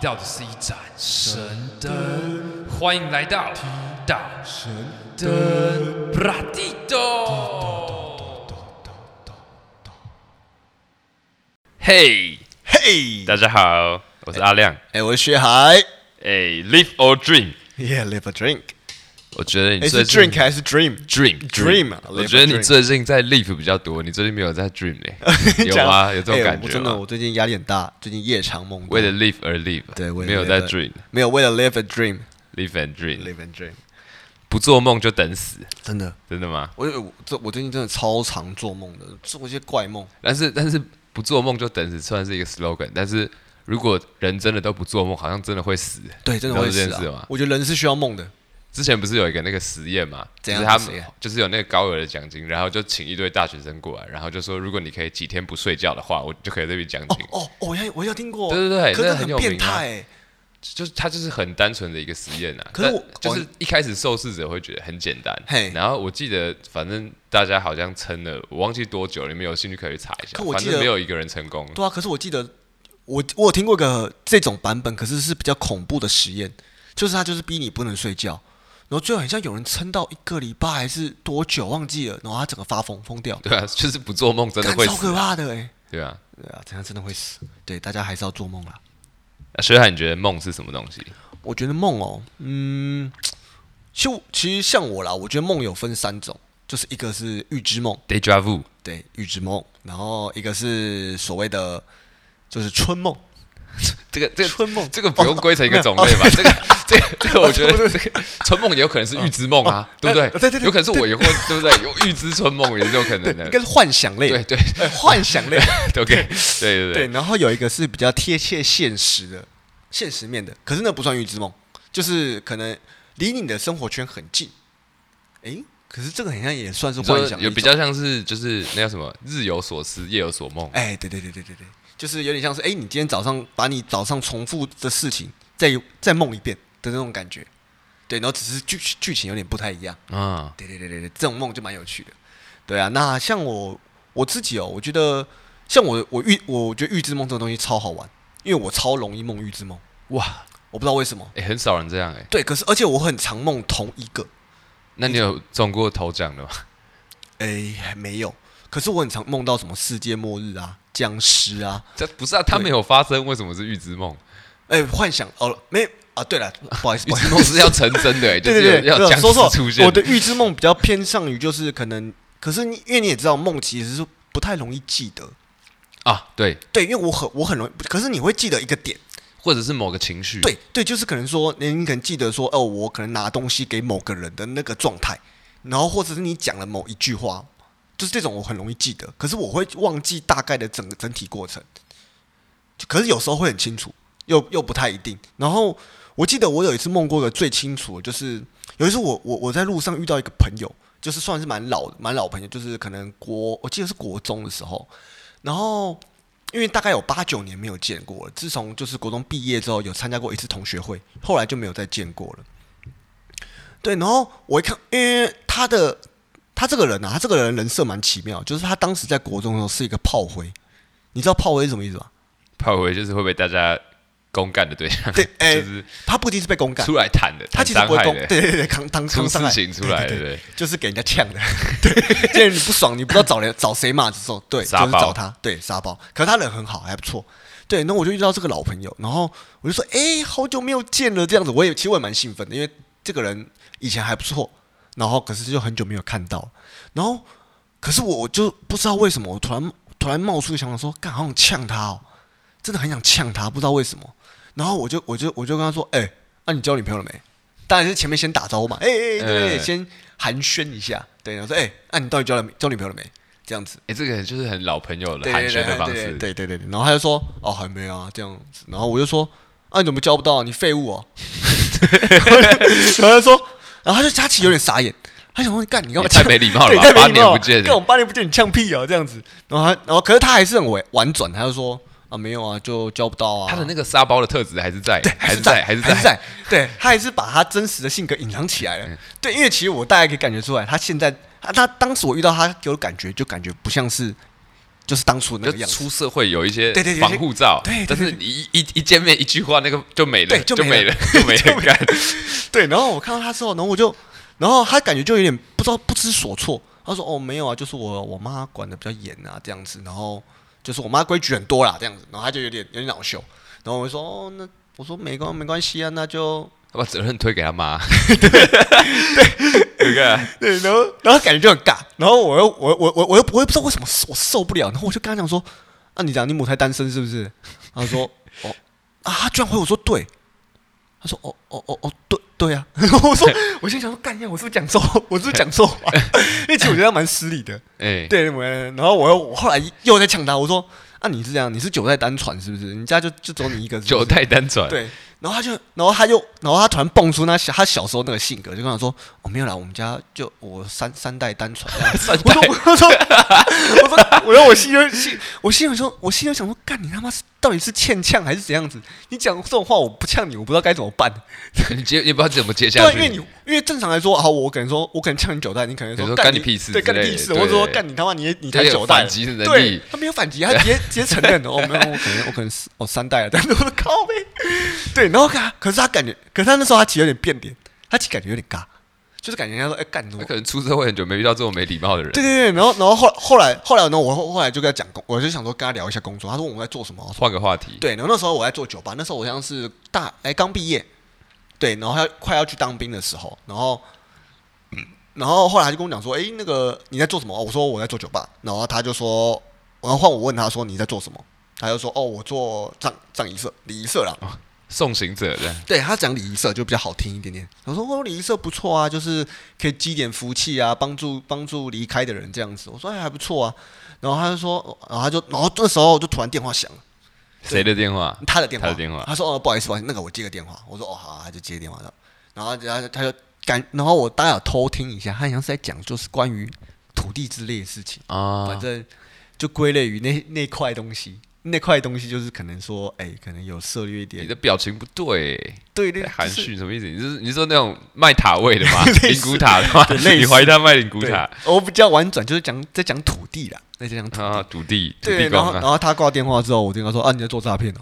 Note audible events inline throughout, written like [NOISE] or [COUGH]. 到的是一盏神灯，欢迎来到提到神灯布拉蒂多。嘿，嘿，大家好，我是阿亮。哎，我是薛海。哎，Live or Dream， Yeah, live a drink。我觉得你哎，最是近 drink 还是 dream？ Dream Dream 啊我 live 觉得 or 你 dream 最近在 Live 比较多，你最近没有在 Dream [LAUGHS] 嘞？ [LAUGHS] 有吗？讲有这种哎感我觉真的，吗？我最近压力很大，最近夜长梦多。为了 Live 而 Live，对，为了没有在 live a- Dream，Live 没有为了 live a dream，live and Dream， a dream。不做梦就等死，真的，真的吗？我我这我最近真的超常做梦的，做一些怪梦。但是但是不做梦就等死，虽然是一个 slogan，但是如果人真的都不做梦，好像真的会死。对，真的你会知道死这件事吗啊！我觉得人是需要梦的。之前不是有一个那个实验嘛，就怎是样他的实们验就是有那个高额的奖金，然后就请一堆大学生过来，然后就说如果你可以几天不睡觉的话，我就可以这笔奖哦金。哦，哦我要我要听过。对对对可那是很有很名啊变态欸。就是它就是很单纯的一个实验啊。可是我但就是一开始受试者会觉得很简单嘿，然后我记得反正大家好像撑了，我忘记多久了，你们有兴趣可以去查一下。可我反记得正没有一个人成功。对啊，可是我记得我我有听过一个这种版本，可是是比较恐怖的实验，就是他就是逼你不能睡觉，然后最后好像有人撑到一个礼拜还是多久忘记了，然后他整个发疯疯掉，对啊，就是不做梦真的干会超死可，怕的哎、欸！对啊。对啊，这样真的会死。对，大家还是要做梦啦。那薛海，你觉得梦是什么东西？我觉得梦哦，嗯，其实我其实像我啦，我觉得梦有分三种，就是一个是预知梦， deja vu，对，预知梦，然后一个是所谓的就是春梦，这个这个春梦哦这个不用归成一个种类吧？这个这个这个，我 [LAUGHS] 觉得这个 [LAUGHS] 春梦也有可能是预知梦啊，对不对？哦呃对对对有可能是我也会，对不对？有预知春梦也是有可能的应。该是幻想类，对对哎 [LAUGHS] 幻想类， ，OK，对对对，对，然后有一个是比较贴切现实的、现实面的，可是那不算预知梦，就是可能离你的生活圈很近。诶，可是这个好像也算是你说幻想的一种，有比较像是就是那叫什么日有所思夜有所梦，哎，对对对对对对，就是有点像是诶，你今天早上把你早上重复的事情再再梦一遍的那种感觉，对，然后只是剧剧情有点不太一样。啊，对对对对对，这种梦就蛮有趣的。对啊，那像我我自己哦，我觉得像我我预我觉得预知梦这种东西超好玩，因为我超容易梦预知梦，哇，我不知道为什么。哎，很少人这样哎。对，可是而且我很常梦同一个，那你有中过头奖 [LAUGHS] 的吗？哎，还没有。可是我很常梦到什么世界末日啊、僵尸啊，这不是啊，它没有发生，为什么是预知梦？哎，幻想哦，没啊，[LAUGHS] 对了，不好意思，预不好意知思，梦是要成真 [LAUGHS] 的哎，就是对对有对，要没有僵说错尸出现我。的预知梦比较偏向于就是可能，可是你因为你也知道，梦其实是不太容易记得，啊，对，对，因为我很我很容易，可是你会记得一个点。或者是某个情绪，对对，就是可能说，你你可能记得说，哦，我可能拿东西给某个人的那个状态，然后或者是你讲了某一句话，就是这种我很容易记得，可是我会忘记大概的整个整体过程。就可是有时候会很清楚，又又不太一定。然后我记得我有一次梦过一个最清楚的，就是有一次我我我在路上遇到一个朋友，就是算是蛮老蛮老朋友，就是可能国我记得是国中的时候，然后因为大概有八九年没有见过了，自从就是国中毕业之后有参加过一次同学会，后来就没有再见过了。对，然后我一看，因为他的他这个人啊，他这个人人设蛮奇妙，就是他当时在国中的时候是一个炮灰，你知道炮灰是什么意思吗？炮灰就是会被大家公干的对象， [LAUGHS] 对哎就是他不一定是被公干，出来谈的，谈他其实伤不会害公，的，对对对，扛扛出扛伤事害，情出来的，对对对，就是给人家呛的， [LAUGHS] 对，既然你不爽，你不知道找人找谁骂的时候，对，就 [LAUGHS] 沙包是找他，对，沙包。可是他人很好，还不错，对。那我就遇到这个老朋友，然后我就说，哎，好久没有见了，这样子，我也其实我也蛮兴奋的，因为这个人以前还不错，然后可是就很久没有看到了，然后可是我就不知道为什么，我突然突然冒出一个想法说，干，好想呛他哦，真的很想呛他，不知道为什么。然后我就我就我就跟他说，哎、那、你交女朋友了没？当然是前面先打招呼嘛，哎、哎、哎对对，哎先寒暄一下，对，然后说，哎、那、你到底交了没交女朋友了没？这样子，哎，这个就是很老朋友了，对寒对暄对的方对式，对对对对，然后他就说，哦，还没啊，这样子，然后我就说，啊，你怎么交不到、啊？你废物哦、 [LAUGHS] 然后他就 [LAUGHS] 说，然后他就他其实有点傻眼，他想说，干你干你嘛太呛没礼貌了 [LAUGHS] 对吧八太没礼年貌不了见干我八年不见你呛屁哦、这样子，然后他然后可是他还是很委婉转，他就说，啊，没有啊，就交不到啊，他的那个沙包的特质还是在，嗯还是在，还是还是，在，对他还是把他真实的性格隐藏起来了。对，因为其实我大概可以感觉出来，他现在他他当时我遇到他给我的感觉就感觉不像是，就是当初那就个样子。出社会有一些对对对防护罩，对对对但是你一一一见面一句话，那个就没了，对就就没了了，就 [LAUGHS] 没了，干对，然后我看到他之后，然后我就，然后他感觉就有点不知道不知所措。他说：“哦，没有啊，就是我我妈管的比较严啊，这样子。然后就是我妈规矩很多啦，这样子。然后他就有点有点恼羞。然后我就说：哦，那我说没关没关系啊，那就把责任推给他妈， [LAUGHS] 对对，对，然后然后感觉就很尬，然后我又我我我我又我也不知道为什么我受不了，然后我就跟他讲说，啊，你讲你母胎单身是不是？他说，哦，啊，他居然回我说对，他说，哦哦哦哦，对对啊， [LAUGHS] 然后我说，我心想说，干呀，我是不是讲错，我是不是讲错话？因为其实我觉得蛮失礼的，哎，对，我然后我又我后来又在呛他，我说，啊，你是这样，你是九代单传是不是？你家就就只有你一个是不是酒太单纯，对，然后他就，然后他就，然后他突然蹦出那小他小时候那个性格，就跟我说：“哦，没有啦，我们家就我三三代单传。这样子”我说：“我说，我说， [LAUGHS] 我说，我心就心，我心里说，我心里想说，干你他妈是到底是欠呛还是怎样子？你讲这种话，我不呛你，我不知道该怎么办。 [LAUGHS] 你接也不知道怎么接对下啊，去，因为你因为正常来说，好，我可能说，我可能呛你九代，你可能你说干干你屁事对，之干你类屁的事，对或者说对干你他妈你也你他才有九代反，击的能对力，他没有反击，他直接直接承认 [LAUGHS] 了。哦，没有，我可能我可能是哦三代了，但是我说靠呗。对，然后他可是他感觉，可是他那时候他其实有点变脸，他其实感觉有点尬，就是感觉人家说哎干你怎他么可能出社会很久没遇到这么没礼貌的人，对对对，然后然后后后来后来呢，我后后来就跟他讲工，我就想说跟他聊一下工作，他说我们在做什么，我哦说换个话题，对，然后那时候我在做酒吧，那时候我好像是大哎刚毕业，对，然后他快要去当兵的时候，然后。嗯然后后来他就跟我讲说：“哎，那个你在做什么？”哦我说：“我在做酒吧。”然后他就说：“然后换我问他说你在做什么？”他就说：“哦，我做葬葬仪社，礼仪社啦。送行者的，对他讲礼仪社就比较好听一点点。我说哦，礼仪社不错啊，就是可以积点福气啊，帮助帮助离开的人这样子。我说哎还不错啊。然后他就说，哦然后他就，然后这时候就突然电话响了，谁的电话？他的电话，他的电话他说哦不好意思，不好意思，那个我接个电话。我说哦好啊、他就接电话了。然后他就他就感，然后我大概有偷听一下，他好像是在讲就是关于土地之类的事情。啊反，正就归类于那那块东西，那块东西就是可能说，哎、可能有涉猎一你点的，表情不对，对对，含就是蓄什么意思？你是你是说那种卖塔位的吗？ [LAUGHS] 类灵似骨塔的吗？对类似你怀疑他卖灵骨对塔，我比较婉转，就是讲在讲土地啦，在讲土地。啊？土地土对，地公然后然啊，后他挂电话之后，我就跟他说啊，你在做诈骗 [LAUGHS] 哦，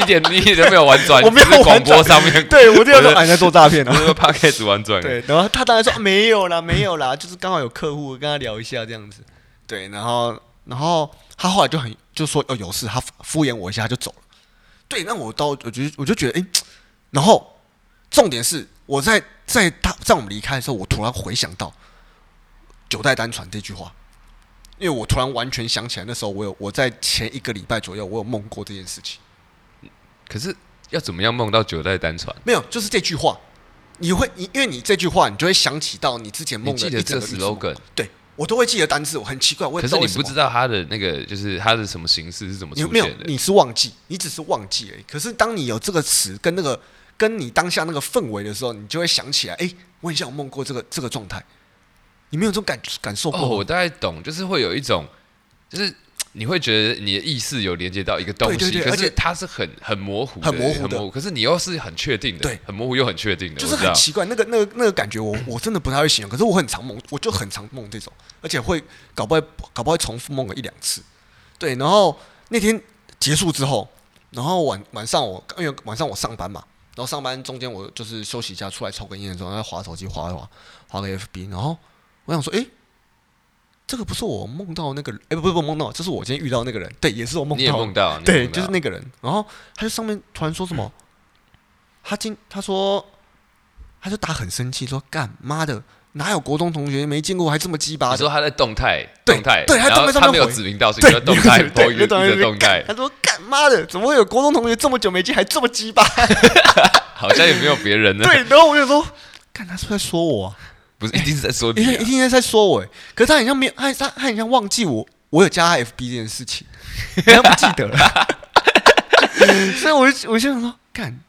一点你都没有婉转， [LAUGHS] 我没有你只是广婉转播上面，对我就我的跟他说啊，你在做诈 [LAUGHS] 骗我哦。 [LAUGHS] 说 podcast 婉转，对，然后他当然说、啊没有啦，没有啦， [LAUGHS] 就是刚好有客户跟他聊一下这样子。对，然后然后他后来就很就说哦有事，他敷敷衍我一下他就走了。对，那我到我就我就觉得哎、然后重点是我在在他在我们离开的时候，我突然回想到“九代单传”这句话，因为我突然完全想起来，那时候我有我在前一个礼拜左右，我有梦过这件事情。可是要怎么样梦到九代单传？没有，就是这句话，你会你因为你这句话，你就会想起到你之前你梦记的得一整这个预祝梦 slogan，对我都会记得单字，我很奇怪，我也可知是道你为什不么知道他的那个就是他的什么形式是怎么你出没有现，的。你是忘记，你只是忘记而已。可是当你有这个词跟那个跟你当下那个氛围的时候，你就会想起来，哎、我很像有梦过这个这个状态。你没有这种感感受过哦，吗？我大概懂，就是会有一种，就是你会觉得你的意识有连接到一个东西，对对对可而是且它是很很模糊的，很模糊很的模糊，可是你又是很确定的，对，很模糊又很确定的，就是我知道很奇怪，那个那个那个感 [CLEARS THROAT] 觉我，我真的不太会形容。可是我很常梦，我就很常梦这种，而且会搞不好搞不好会重复梦个一两次。对，然后那天结束之后，然后晚晚上我因为晚上我上班嘛，然后上班中间我就是休息一下，出来抽根烟的时候，然后划手机划一划，划个 FB，然后我想说，诶，这个不是我梦到那个人，哎、不不不梦到，这是我今天遇到那个人，对，也是我梦你也到的梦到，你也对，梦到就是那个人。然后他就上面突然说什嗯么，他今他说，他就打很生气，说干妈的，哪有国中同学没见过还这么鸡巴你的说？他在动态，对动态，对他然后动态上面他没有回指名道姓，对，就动态，对播一个就一个动态，他说干妈的，怎么会有国中同学这么久没见还这么鸡巴？好像也没有别人呢，对，然后我就说，干他是不是在说我、啊，不是一定是在说一你定一啊，定在说我、欸。可是他好像没有，他他他好像忘记我，我有加他 FB 这件事 [LAUGHS] 情，好像不记得了。 [LAUGHS] 所以我就我就想说，干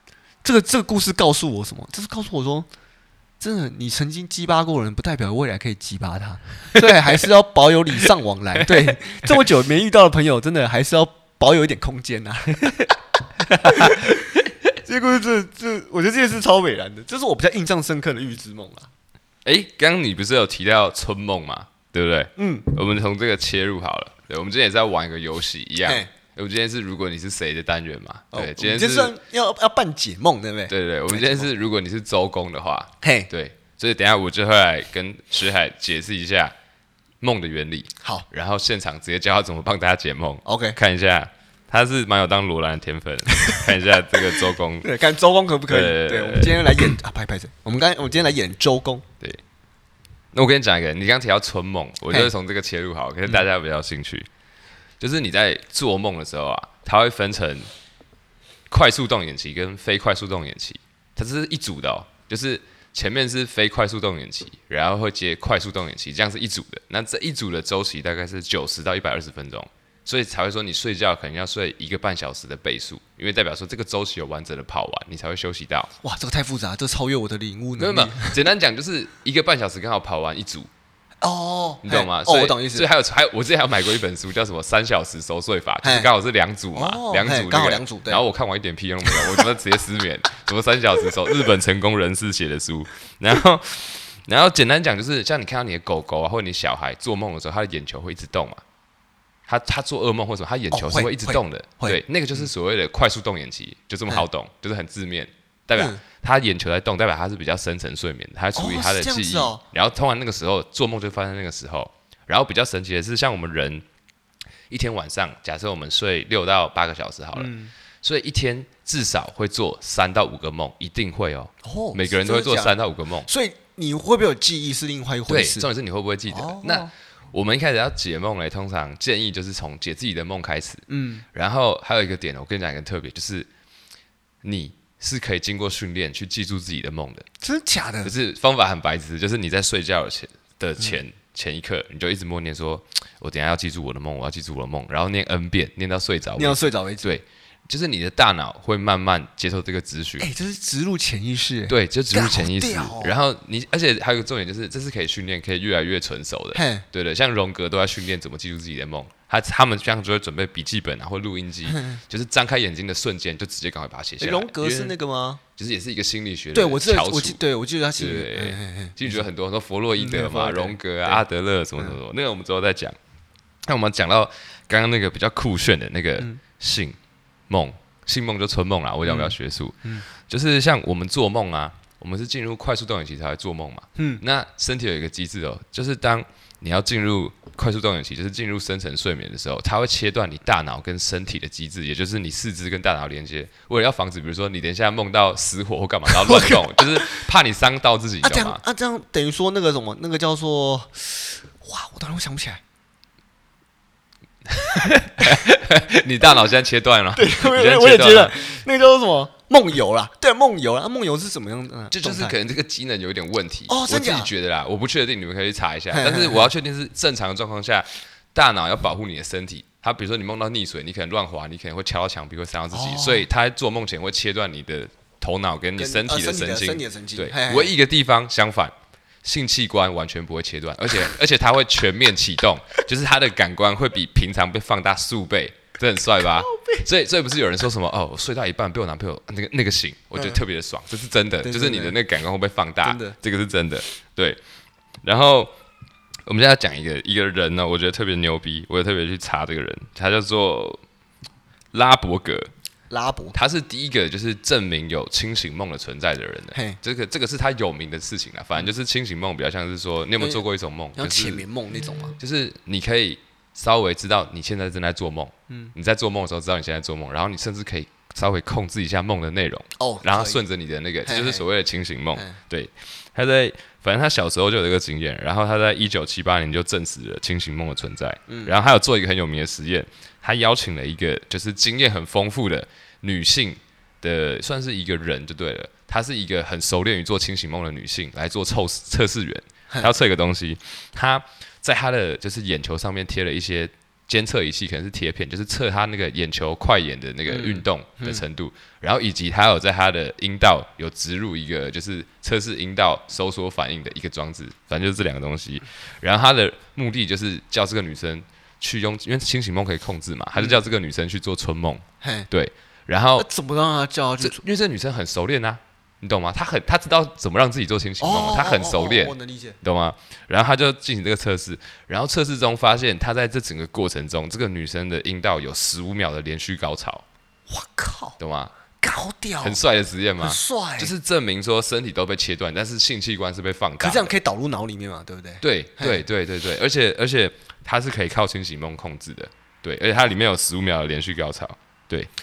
这个这个故事告诉我什么？就是告诉我说，真的，你曾经鸡巴过人，不代表未来可以鸡巴 [LAUGHS] 他。对，还是要保有礼尚往来。对，这么久没遇到的朋友，真的还是要保有一点空间 [LAUGHS] 呐、啊。这故事这这，我觉得这件事超美然的，这是我比较印象深刻的预知梦啊啦。哎，刚刚你不是有提到春梦嘛，对不对？嗯，我们从这个切入好了。对，我们今天也在玩一个游戏一样嘿。我们今天是如果你是谁的单元嘛？哦对，我今天们是，算要要办解梦，对不对？对对，我们今天是如果你是周公的话，嘿，对，所以等一下我就会来跟石海解释一下梦的原理，好然后现场直接教他怎么帮大家解梦。 ，OK。看一下，他是蛮有当罗兰的天分的，看一下这个周公，对，看周公可不可以？对对，我们今天来演啊，拍拍谁？我们刚，我们今天来演周公。对。那我跟你讲一个，你刚提到春梦，我就嘿是从这个切入好，可是大家比较有兴趣，就是你在做梦的时候啊，它会分成快速动眼期跟非快速动眼期，它是一组的哦，就是前面是非快速动眼期，然后会接快速动眼期，这样是一组的。那这一组的周期大概是九十到一百二十分钟，所以才会说你睡觉可能要睡一个半小时的倍数，因为代表说这个周期有完整的跑完，你才会休息到。哇，这个太复杂，这超越我的领悟没有能没有力。，简单讲就是一个半小时刚好跑完一组，哦，你懂吗？嘿所哦，以我懂意所思以。还有还有，我之前还有买过一本书，叫什么《三小时熟睡法》，就是嘿刚好是两组嘛哦，两嘿组那个刚好两组对然后我看完一点屁用都没有，我真的直接失眠。什么三小时 [LAUGHS] 熟，日本成功人士写的书，然后。然后简单讲就是，像你看到你的狗狗啊，或者你小孩做梦的时候，他的眼球会一直动嘛。他他做噩梦或什么，他眼球哦是会会一直会动的。会对，那个就是所谓的快速动眼期，就这么好懂，就是很字面，代表嗯他眼球在动，代表他是比较深层睡眠的，他处于哦他的是这样记子忆。哦然后通常那个时候做梦就发生在那个时候。然后比较神奇的是，像我们人一天晚上，假设我们睡六到八个小时好了，嗯所以一天至少会做三到五个梦，一定会哦。哦每个人都会做，真三的到五个梦假的。所以你会不会有记忆是另外一对，回事重？点是你会不会记得？哦那我们一开始要解梦嘞，通常建议就是从解自己的梦开始。嗯，然后还有一个点，我跟你讲一个特别，就是你是可以经过训练去记住自己的梦的。真的假的可？是方法很白痴，就是你在睡觉的前的前、嗯前一刻，你就一直默念说：“我等一下要记住我的梦，我要记住我的梦。”然后念 n 遍，念到睡着为你止。要睡着为止。对，就是你的大脑会慢慢接受这个资讯。哎，这是植入潜意识。，对，就植入干好潜意识屌哦，然后你，而且还有一个重点就是，这是可以训练，可以越来越成熟的。嘿，对的，像荣格都在训练怎么记住自己的梦，他他们这样就会准备笔记本啊或录音机，就是张开眼睛的瞬间就直接赶快把它写下嗯来。哎荣格是因为那个吗？就是也是一个心理学的对，我记得翘，我楚记，对我记得他对是。对嘿嘿对嘿，记住很多，说弗洛伊德嗯弗洛嘛、伊德荣格啊、对嗯阿德勒什么什么什么，那个我们之后再讲。那我们讲到刚刚那个比较酷炫的那个嗯性梦，性梦就春梦啦，我讲比较学术，嗯就是像我们做梦啊，我们是进入快速动眼期才会做梦嘛，嗯那身体有一个机制哦，就是当你要进入快速动眼期，就是进入深层睡眠的时候，它会切断你大脑跟身体的机制，也就是你四肢跟大脑连接，为了要防止，比如说你等一下梦到死火或干嘛，然后乱 [LAUGHS] 动，就是怕你伤到自己，你啊，这懂样吗？啊，这样等于说那个什么，那个叫做，哇，我当然我想不起来，你大脑现在切断了，对， [LAUGHS] 我也我也觉得那个叫做什么梦游啦，对，梦游啦，啊梦游是怎么样呃的？这就是可能这个机能有一点问题。哦我自真假己觉得啦，我不确定，你们可以去查一下。嘿嘿但是我要确定是正常的状况下，大脑要保护你的身体。它比如说你梦到溺水，你可能乱滑，你可能会敲到墙壁，会伤到自己，哦所以它在做梦前会切断你的头脑跟你跟身体呃身体神的经。身体的神经对嘿嘿，嘿唯一一个地方相反。性器官完全不会切断，而且 [LAUGHS] 而且它会全面启动，就是它的感官会比平常被放大数倍，这很帅吧？所以所以不是有人说什么哦，我睡到一半被我男朋友那个那个醒，我觉得嗯特别的爽，这是真的，对就是你的对对那个感官会被放大真的，这个是真的。对，然后我们现在讲一个一个人呢，我觉得特别牛逼，我也特别去查这个人，他叫做拉伯格，拉伯，他是第一个就是证明有清醒梦的存在的人呢嘿。这个这个是他有名的事情啊，反正就是清醒梦比较像是说，你有没有做过一种梦？像就浅是眠梦那种吗？就是你可以稍微知道你现在正在做梦，嗯，你在做梦的时候知道你现在做梦，然后你甚至可以稍微控制一下梦的内容。哦，然后可以顺着你的那个，这嘿就是嘿所谓的清醒梦嘿。对，他在反正他小时候就有这个经验，然后他在一九七八年就证实了清醒梦的存在。嗯然后还有做一个很有名的实验，他邀请了一个就是经验很丰富的女性的，算是一个人就对了。她是一个很熟练于做清醒梦的女性来做测试测试员，她要测一个东西，她在她的就是眼球上面贴了一些监测仪器可能是贴片，就是测他那个眼球快眼的那个嗯运动的程度，然后以及他有在他的阴道有植入一个就是测试阴道收缩反应的一个装置，反正就是这两个东西。然后他的目的就是叫这个女生去用，因为清醒梦可以控制嘛，他就叫这个女生去做春梦，嘿，对。然后那怎么让他叫他哦这去做？因为这女生很熟练啊，你懂吗？他很他知道怎么让自己做清醒梦，哦，他很哦熟哦练哦，我能理解。你懂吗？然后他就进行这个测试，然后测试中发现，他在这整个过程中，这个女生的阴道有十五秒的连续高潮，我靠，懂吗？高调，很帅的实验吗很？帅，就。是证明说身体都被切断，但是性器官是被放大可的。是这样可以导入脑里面嘛，对不对？对对对对对，而且而且它是可以靠清醒梦控制的，对，而且它里面有十五秒的连续高潮，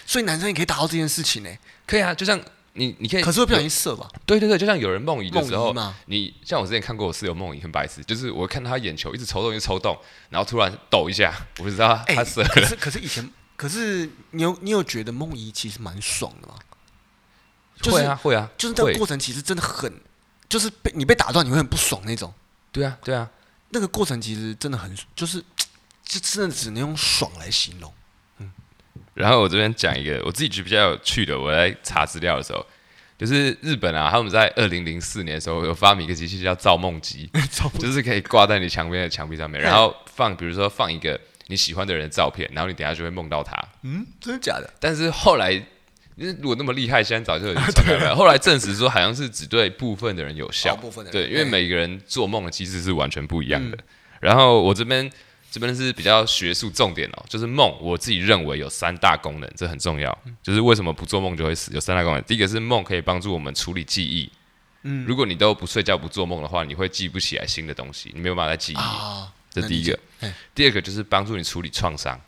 所以男生也可以达到这件事情呢、可以啊，就像你你可以，可是会不小心射吧？对对对，就像有人梦遗的梦时候遗，嘛，你像我之前看过我室友梦遗很白痴，就是我看到他眼球一直抽动，一直抽动，然后突然抖一下，我就知道哎、他射了。可是可是以前，可是你有你有觉得梦遗其实蛮爽的吗？就是会啊会啊，就是那个会过程其实真的很，就是被你被打断你会很不爽那种。对啊对啊，那个过程其实真的很，就是就真的只能用爽来 [LAUGHS] 形容。然后我这边讲一个我自己觉得比较有趣的，我在查资料的时候，就是日本啊，他们在二零零四年的时候有发明一个机器叫造梦机，就是可以挂在你墙边的墙壁上面，然后放比如说放一个你喜欢的人的照片，然后你等一下就会梦到他。嗯，真的假的？但是后来，因为如果那么厉害，现在早 [LAUGHS] 就已经传开了。后来证实说，好像是只对部分的人有效，啊哦大部分的人嗯对，因为每个人做梦的机制是完全不一样的。然后我这边这边是比较学术重点哦，就是梦，我自己认为有三大功能，这很重要。嗯就是为什么不做梦就会死，有三大功能。第一个是梦可以帮助我们处理记忆。嗯，如果你都不睡觉不做梦的话，你会记不起来新的东西，你没有办法再记忆。啊，这第一个能理解。第二个就是帮助你处理创伤。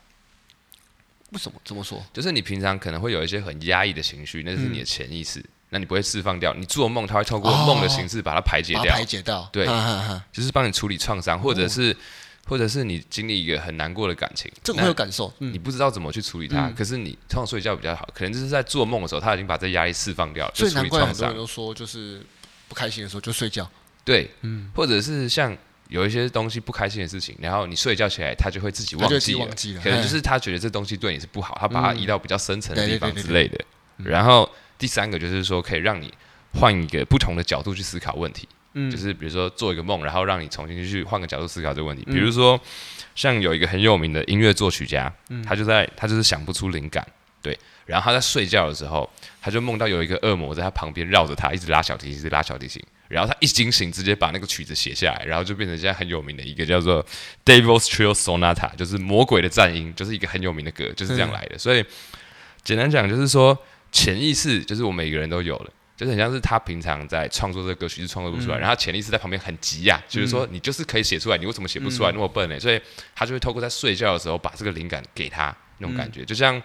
为什么这么说？就是你平常可能会有一些很压抑的情绪，那是你的潜意识，那你不会释放掉。你做梦，它会透过梦的形式把它排解把它掉，排解哦掉，对哈哈哈就是帮你处理创伤，或者是、或者是你经历一个很难过的感情，这个那会有感受。嗯，你不知道怎么去处理它，可是你通常睡觉比较好，可能就是在做梦的时候，他已经把这压力释放掉了，所就以处难理怪创很多人伤。都说，就是不开心的时候就睡觉。嗯对，或者是像有一些东西不开心的事情，然后你睡觉起来，他就会自己它就忘记会自己了，忘记了哎嗯可能就是他觉得这东西对你是不好，他把它移到比较深层的地方对对对对嗯之类的。然后第三个就是说，可以让你换一个不同的角度去思考问题，嗯就是比如说做一个梦，然后让你重新去换个角度思考这个问题。比如说，像有一个很有名的音乐作曲家，他就在他就是想不出灵感，对，然后他在睡觉的时候，他就梦到有一个恶魔在他旁边绕着他，一直拉小提琴，一直拉小提琴。然后他一惊醒，直接把那个曲子写下来，然后就变成现在很有名的一个叫做《Devil's Trio Sonata》，就是魔鬼的战音，就是一个很有名的歌，就是这样来的。所以简单讲，就是说潜意识，就是我们每个人都有了。就是很像是他平常在创作这个歌曲是创作不出来，然后他潜意识在旁边很急呀、就是说你就是可以写出来，你为什么写不出来那么笨呢、所以他就会透过在睡觉的时候把这个灵感给他那种感觉，就像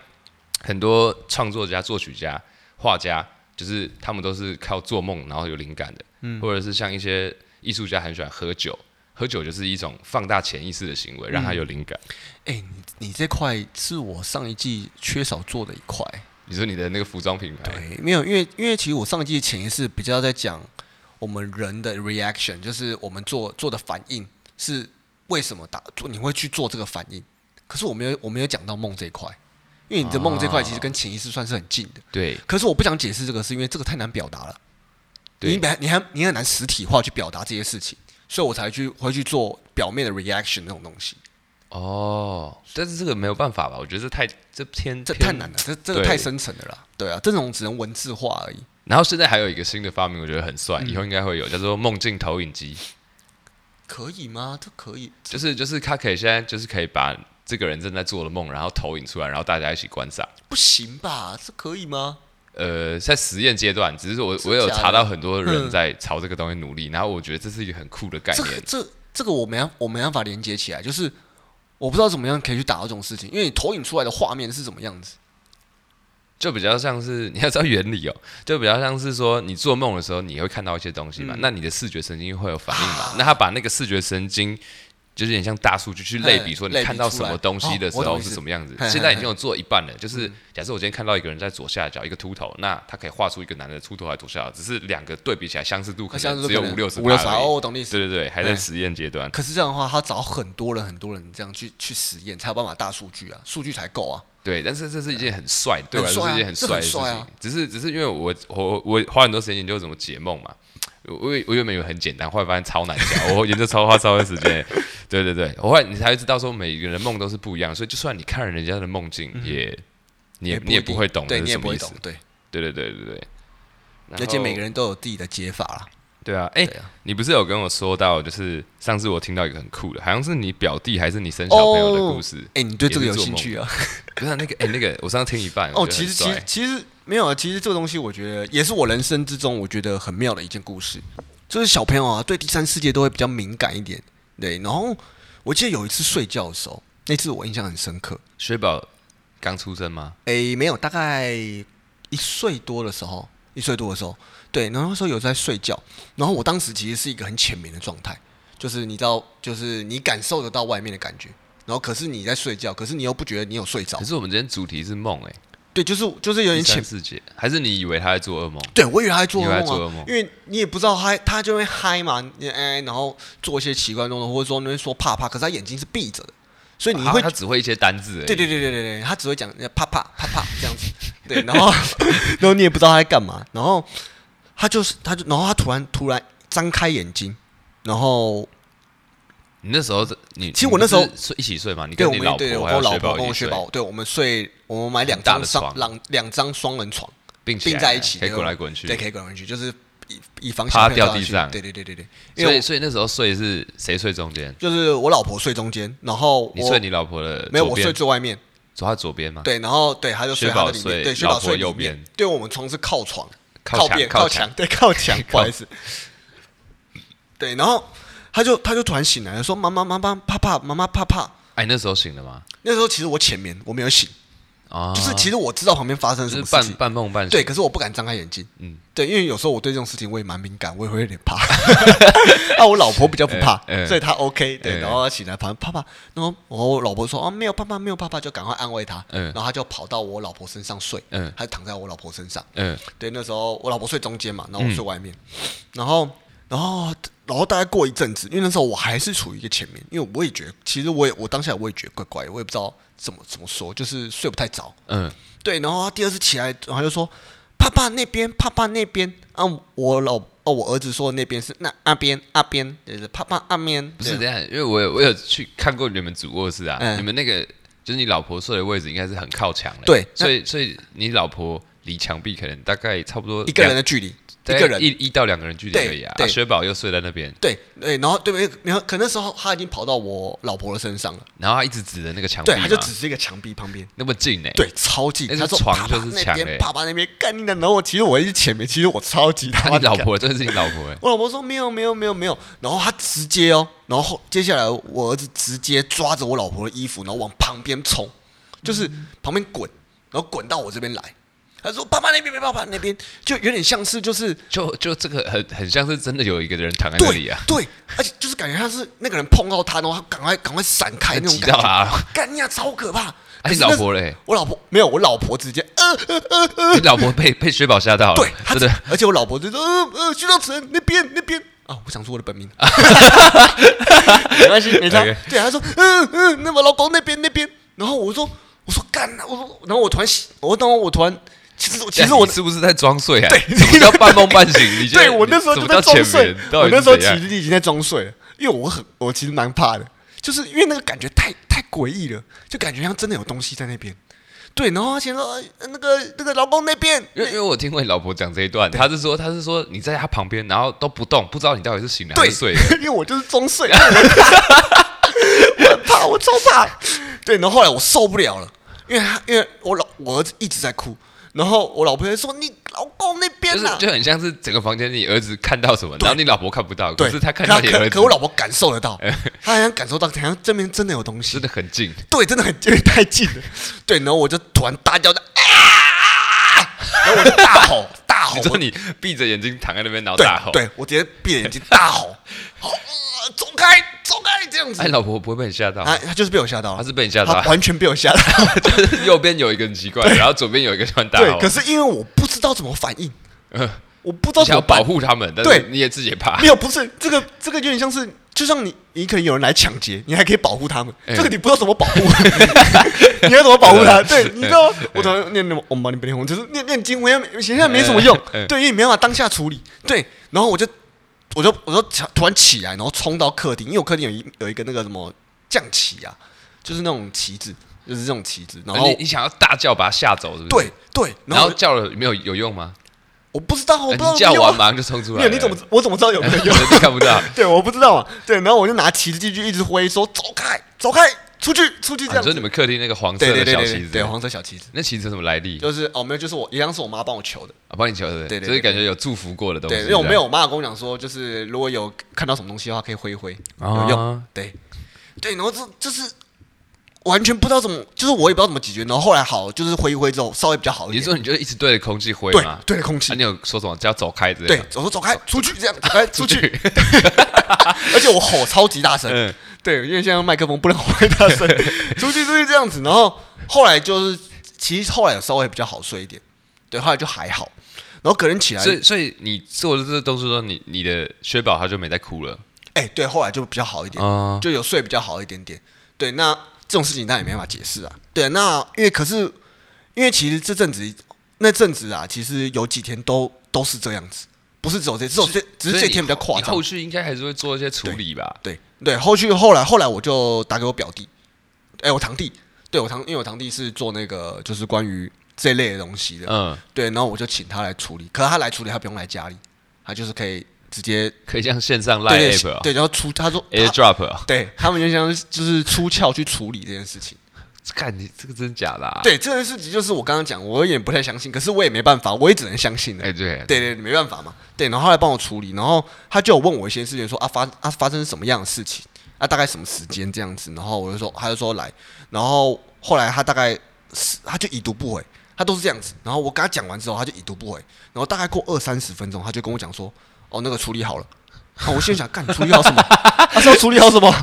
很多创作家、作曲家、画家，就是他们都是靠做梦然后有灵感的，嗯或者是像一些艺术家很喜欢喝酒，喝酒就是一种放大潜意识的行为，让他有灵感。哎、你你这块是我上一季缺少做的一块。你说你的那个服装品牌，对，没有，因为因为其实我上一季的潜意识比较在讲我们人的 reaction，就是我们做做的反应是为什么打做你会去做这个反应。可是我没有我没有讲到梦这一块，因为你的梦这块其实跟潜意识算是很近的。对可是我不想解释这个，是因为这个太难表达了。你对本来你还你很难实体化去表达这些事情，所以我才去回去做表面的 reaction 那种东西。哦，但是这个没有办法吧？我觉得这太这偏这偏太难了，这这个对太深层了啦。对啊，这种只能文字化而已。然后现在还有一个新的发明，我觉得很帅，嗯以后应该会有，叫做梦境投影机，可以吗？这可以，就是就是它可以现在就是可以把这个人正在做的梦，然后投影出来，然后大家一起观赏。不行吧？这可以吗？呃，在实验阶段，只是我我有查到很多人在朝这个东西努力，然后我觉得这是一个很酷的概嗯这念个。这这个我没办我没办法连接起来，就是我不知道怎么样可以去打到这种事情，因为你投影出来的画面是怎么样子？就比较像是你要知道原理哦， [LAUGHS] 就比较像是说你做梦的时候你会看到一些东西嗯嘛，那你的视觉神经会有反应啊嘛，那他把那个视觉神经。就是有点像大数据去类比，说你类比看到出什么来东西哦的时我懂候意是思什么样子嘿。嘿现在已经有做一半了，就是假设我今天看到一个人在左下角一个秃头，那他可以画出一个男的秃头还是左下角，只是两个对比起来相似度可像能是只有可能五六十五六十趴而已哦，我懂你意思。对对对，还在嗯实验阶段。可是这样的话，他找很多人很多人这样去去实验，才有办法大数据啊，数据才够啊。对，但是这是一件很帅，对我来很说帅是啊一件很帅的事这很情。帅啊只是只是因为我我我花很多时间研究怎么解梦嘛，我我我原本以为很简单，后来发现超难教，我研究超花超多时间。 [LAUGHS] 对对对，我后来你才会知道说每个人梦都是不一样，所以就算你看了人家的梦境，也你也嗯不你也一定不会懂这对，是你也什不么会意思懂。。对，对对对对对。然而且每个人人都有自己的解法啦。对啊，哎、对啊你不是有跟我说到，就是上次我听到一个很酷的，好像是你表弟还是你生小朋友的故事。哎、你对这个有兴趣啊？不是、啊、那个，哎、那个我上次听一半，哦，我觉其得实很其实帅其实没有啊，其实这个东西我觉得也是我人生之中我觉得很妙的一件故事，就是小朋友啊对第三世界都会比较敏感一点，对。然后我记得有一次睡觉的时候，那次我印象很深刻，雪宝刚出生吗？诶，没有，大概一岁多的时候，一岁多的时候，对，然后那时候有在睡觉，然后我当时其实是一个很浅眠的状态，就是你知道，就是你感受得到外面的感觉，然后可是你在睡觉，可是你又不觉得你有睡着可，是我们今天主题是梦、哎，对，就是就是有第点三浅，世界，还是你以为他在做噩梦？对我以为他在做你以为他噩在做噩梦啊梦，因为你也不知道他他就会嗨嘛，你哎，然后做一些奇怪的动作，或者说那边说怕怕，可是他眼睛是闭着的，所以你啊会他只会一些单字、哎，对对对对对对，他只会讲啪啪啪啪这样子，对，然后 [LAUGHS] 然后你也不知道他在干嘛，然后他就是他就然后他突然突然张开眼睛，然后你那时候是你，其实我那时候你不是睡一起睡嘛，你对跟我你们老对婆我还跟有我老雪婆宝跟我一起雪睡，宝，对我们睡我们买两大张的双床两两张双人床并起并来在一起，可以对滚来滚去。对，可以滚来滚去，就是以以防趴小朋友掉掉下地去上对对对对对，因所为以我所以那时候睡是谁睡中间？就是我老婆睡中间，然后你睡我你老婆的没有左我边睡最外面，走她左边吗？，对，然后对他就睡薛他宝的里面，睡对，薛宝老婆睡里右面边，对我们床是靠床。靠边靠 [LAUGHS] 靠墙，，对，靠墙，不好意思。对，然后他就他就突然醒来了，说：“妈妈，妈妈，怕怕，妈妈怕怕。哎，那时候醒了吗？”那时候其实我浅眠，我没有醒，啊，就是其实我知道旁边发生什就么是事半情，半梦半对，醒。可是我不敢张开眼睛，嗯，对，因为有时候我对这种事情我也蛮敏感，我也会有点 [LAUGHS] 怕。啊，我老婆比较不怕哎，哎所以她 OK，对，哎然后她醒来，反正怕怕，然后我老婆说：“哦，没有爸爸，没有爸爸。”就赶快安慰她，嗯然后她就跑到我老婆身上睡，嗯她就躺在我老婆身上。嗯，对，那时候我老婆睡中间嘛，然后我嗯睡外面，然后然后然后大概过一阵子，因为那时候我还是处于一个前面，因为我也觉得，其实我也我当下我也觉得怪怪的，我也不知道怎么怎么说，就是睡不太着。嗯，对，然后他第二次起来，然后他就说：“爸爸那边，爸爸那边。”啊，我老哦，我儿子说的那边是那那边那边，就是爸爸那边。不是对这样，因为我有我有去看过你们主卧室啊，嗯你们那个就是你老婆睡的位置应该是很靠墙的，对所以所以你老婆离墙壁可能大概差不多一个人两的距离，大概一个人一一到两个人距离对而已啊，对啊薛宝又睡在那边，对对，然后对没，然后可那时候他已经跑到我老婆的身上了，然后他一直指着那个墙壁对，嘛，他就只是一个墙壁旁边。那么近呢、欸，对，超啊近。那他是说床爸就爸是那墙边欸爸爸那边干你的，然后我其实我一直前面，其实我超级他啊，妈你老干。婆真的是你老婆哎、我老婆说没有没有没有没有，然后他直接哦，然后后接下来我儿子直接抓着我老婆的衣服，然后往旁边冲，就是嗯旁边滚，然后滚到我这边来。他说爸爸那边，爸爸那边，就有点像是就是就就这个很很像是真的有一个人躺在那里对啊，对，而且就是感觉像是那个人碰到他，然后他赶快赶快闪开那种挤感到觉。他，干你啊，超可怕！啊可你是那老时婆嘞，我老婆没有，我老婆直接呃呃呃 [LAUGHS] 你老婆 [LAUGHS] 被被薛宝吓到了，对，他真的，而且我老婆就说，呃呃，徐道成那边那边啊，我想说我的本名，没关系，没差 OK。对，他说，嗯嗯，那么老公那边那边，然后我说，我说干了，我说，然后我突然醒，我当我突然，其实我其实我哎你是不是在装睡啊？对什么叫半梦半醒？你现在对我那时候什么就在叫装浅睡眠，到我底那是时候怎其样？实已经在装睡了，因为我很我其实蛮怕的，就是因为那个感觉太太诡异了，就感觉像真的有东西在那边。对，然后他先说呃那个那个老公那边，因为因为我听过你老婆讲这一段，她是说她是说你在她旁边，然后都不动，不知道你到底是醒了还对，是睡了。 [LAUGHS] 因为我就是装睡，我很怕，我很怕，我超怕。对，然后后来我受不了了，因为他因为我老我儿子一直在哭，然后我老婆就说：“你老公那边就是呢、啊？”就很像是整个房间你儿子看到什么，然后你老婆看不到，可对，是他看到你可儿可子可我老婆感受 [LAUGHS] 得到，她好像感受到，好像这边真的有东西真的，很近，对，真的很有点太近了。对，然后我就突然大叫的啊，然后我就大 [LAUGHS] 吼大吼你，说你闭着眼睛躺在那边，然后对大吼，对，我直接闭着眼睛大吼，吼、呃走开走开这样子哎，。老婆不会被你吓到，他他就是被我吓到了，他是被你吓到他完全被我吓 [LAUGHS] 到。就是 [LAUGHS] 右边有一个很奇怪，然后左边有一个穿大对，吼可，是因为我不知道怎么反应，呃我不知道你怎想要么保办。护他们，但是对你也自己也怕没，有，不是这个，这个有点像是，就像你，你可能有人来抢劫，你还可以保护他们，嗯这个你不知道怎 [LAUGHS] 么保护， [LAUGHS] 你要怎么保护他？对对，你知嗯道吗，我突然念念我们你不念，我就是念念经，我也现在没什么用嗯嗯，对，因为没办法当下处理。对，然后我就，我就，我就突然起来，然后冲到客厅，因为我客厅有一有一个那个什么降旗啊，就是那种旗子，就是这种旗子，然后你你想要大叫把他吓走，是不是？对对，然然后后叫了没有有用吗？哎我不知道，我不知道你叫有没有完啊马上就冲出没来有，了，你怎么知我怎么知道有没有 [LAUGHS] 用？你看不到？啊对，我不知道啊。对，然后我就拿旗子进去，一直挥，说走开，走开，出去，出去这你样子。啊说你们客厅那个黄色对对的对小对旗对，子，对黄色小旗子，那旗子什么来历？就是哦，没有，就是我一样是我妈帮我求的。啊，帮你求的，对对对就是感觉有祝福过的东西。对，因为我这没样有，我妈有跟我讲说，就是如果有看到什么东西的话，可以挥一挥，啊有用。对，对，然后这就是完全不知道怎么，就是我也不知道怎么解决。然后后来好，就是挥一挥之后稍微比较好一你点。说你就一直对着空气挥对嘛？对着空气啊，你有说什么叫走开之类对啊的？，我说走开，出去这样，走开，出去。 [LAUGHS] 而且我吼超级大声，嗯对，因为现在麦克风不能吼太大声， [LAUGHS] 出去出去这样子。然后后来就是，其实后来有稍微比较好睡一点，对，后来就还好。然后隔天起来，所以所以你做的这动作之后，你你的薛宝他就没再哭了哎，对，后来就比较好一点，啊。就有睡比较好一点点。对，那这种事情当然也没办法解释啊。对，那因为可是因为其实这阵子那阵子啊，其实有几天都都是这样子，不是只有这，只有这，只是所以这你天比较夸你张后。续应该还是会做一些处理吧？对对，后续后来后来我就打给我表弟，哎、我堂弟，对我堂，因为我堂弟是做那个就是关于这类的东西的，嗯，对，然后我就请他来处理，可是他来处理，他不用来家里，他就是可以直接可以像线上对 Line 对 App 啊对，然后出他说他 AirDrop 啊，对他们就像是就是出窍去处理这件事情。看你这个真假的啊？对这件事情，就是我刚刚讲，我有点不太相信，可是我也没办法，我也只能相信了。啊哎对，对对，没办法嘛。对，然后他来帮我处理，然后他就有问我一些事情，说啊发啊发生什么样的事情，啊大概什么时间这样子，然后我就说他就说来，然后后来他大概是他就已读不回，他都是这样子，然后我跟他讲完之后，他就已读不回，然后大概过二三十分钟，他就跟我讲说哦那个处理好了，啊、我心里想干你处理好什么？ [LAUGHS] 他是要处理好什么？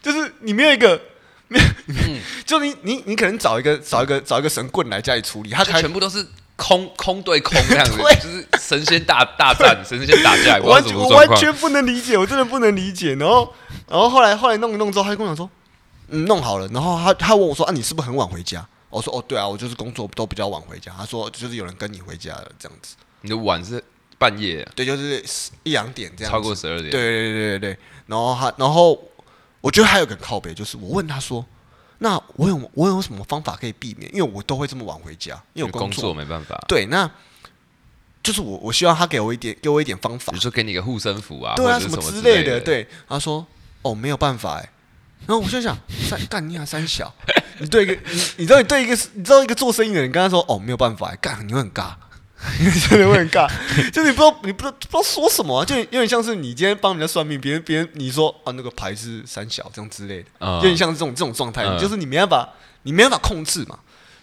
就是你没有一个。嗯没有，就你你你可能找一个找一个找一个神棍来家里处理，他就才全部都是空空对空这样子 [LAUGHS] 对，就是神仙大大战、神仙打 [LAUGHS] 架，也不我知道什完全么我状完况。全不能理解，我真的不能理解。然后，然后后来后来弄一弄之后，他就跟我讲说，嗯，弄好了。然后他他问我说啊，你是不是很晚回家？我说哦，对啊，我就是工作都比较晚回家。他说就是有人跟你回家了这样子，你的碗是半夜对，就是一两点这样子。超过十二点，对对对对对对。然后他，然后我觉得还有个靠背，就是我问他说，那我有我有什么方法可以避免？因为我都会这么晚回家，因有为我工作。没办法。对，那就是我我希望他给我一点给我一点方法比如。说给你个护身符啊，对啊，或者是么什么之类的。的，，对，他说哦，没有办法哎。然后我就想，三干你啊，三小，你对一个你你知道你对一个你知道一个做生意的人跟他说哦没有办法哎，干你会很尬， [LAUGHS] 你真的会很 [LAUGHS] 尬，就是你不知道你不知道不知道说什么、啊，就有点像是你今天帮人家算命，别人别人你说啊那个牌是三小这样之类的，嗯有点像这种这种状态，嗯就是你没办法你没办法控制嘛，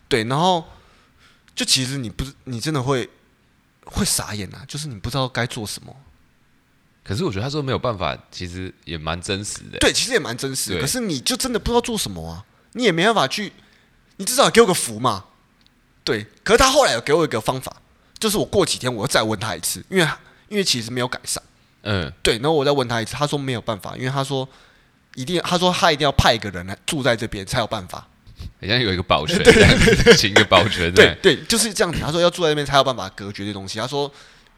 对，然后就其实你不是你真的会会傻眼啊，就是你不知道该做什么，可是我觉得他说没有办法，其实也蛮真实的。对，其实也蛮真实的。对可是你就真的不知道做什么啊，你也没办法去，你至少给我个福嘛。对，可是他后来有给我一个方法，就是我过几天我要再问他一次，因为因为其实没有改善。嗯，对，然后我再问他一次，他说没有办法，因为他说一定，他说他一定要派一个人来住在这边才有办法。好像有一个保全这样子，请一个保全 [LAUGHS] 对对，对，就是这样子。他说要住在那边才有办法隔绝这东西。他说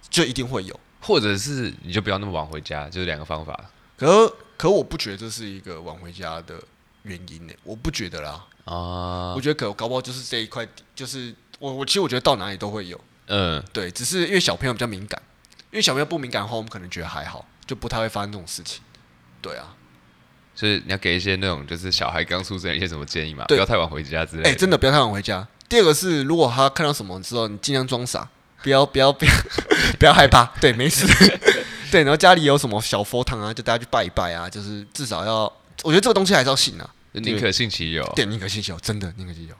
就一定会有，或者是你就不要那么晚回家，就是两个方法可可我不觉得这是一个晚回家的原因呢、我不觉得啦。啊我。觉得可搞不好就是这一块，就是我我其实我觉得到哪里都会有，嗯，对，只是因为小朋友比较敏感，因为小朋友不敏感的话，我们可能觉得还好，就不太会发生这种事情。对啊，所以你要给一些那种就是小孩刚出生的一些什么建议嘛，不对要太晚回家之类哎、的。真的不要太晚回家。第二个是，如果他看到什么之后，你尽量装傻，不要不要不要 [LAUGHS] 不要害怕，对，[LAUGHS] 没事。对，然后家里有什么小佛堂啊，就大家去拜一拜啊，就是至少要，我觉得这个东西还是要信啊。宁可信其有。对，宁可信其有，真的宁可信其有。哦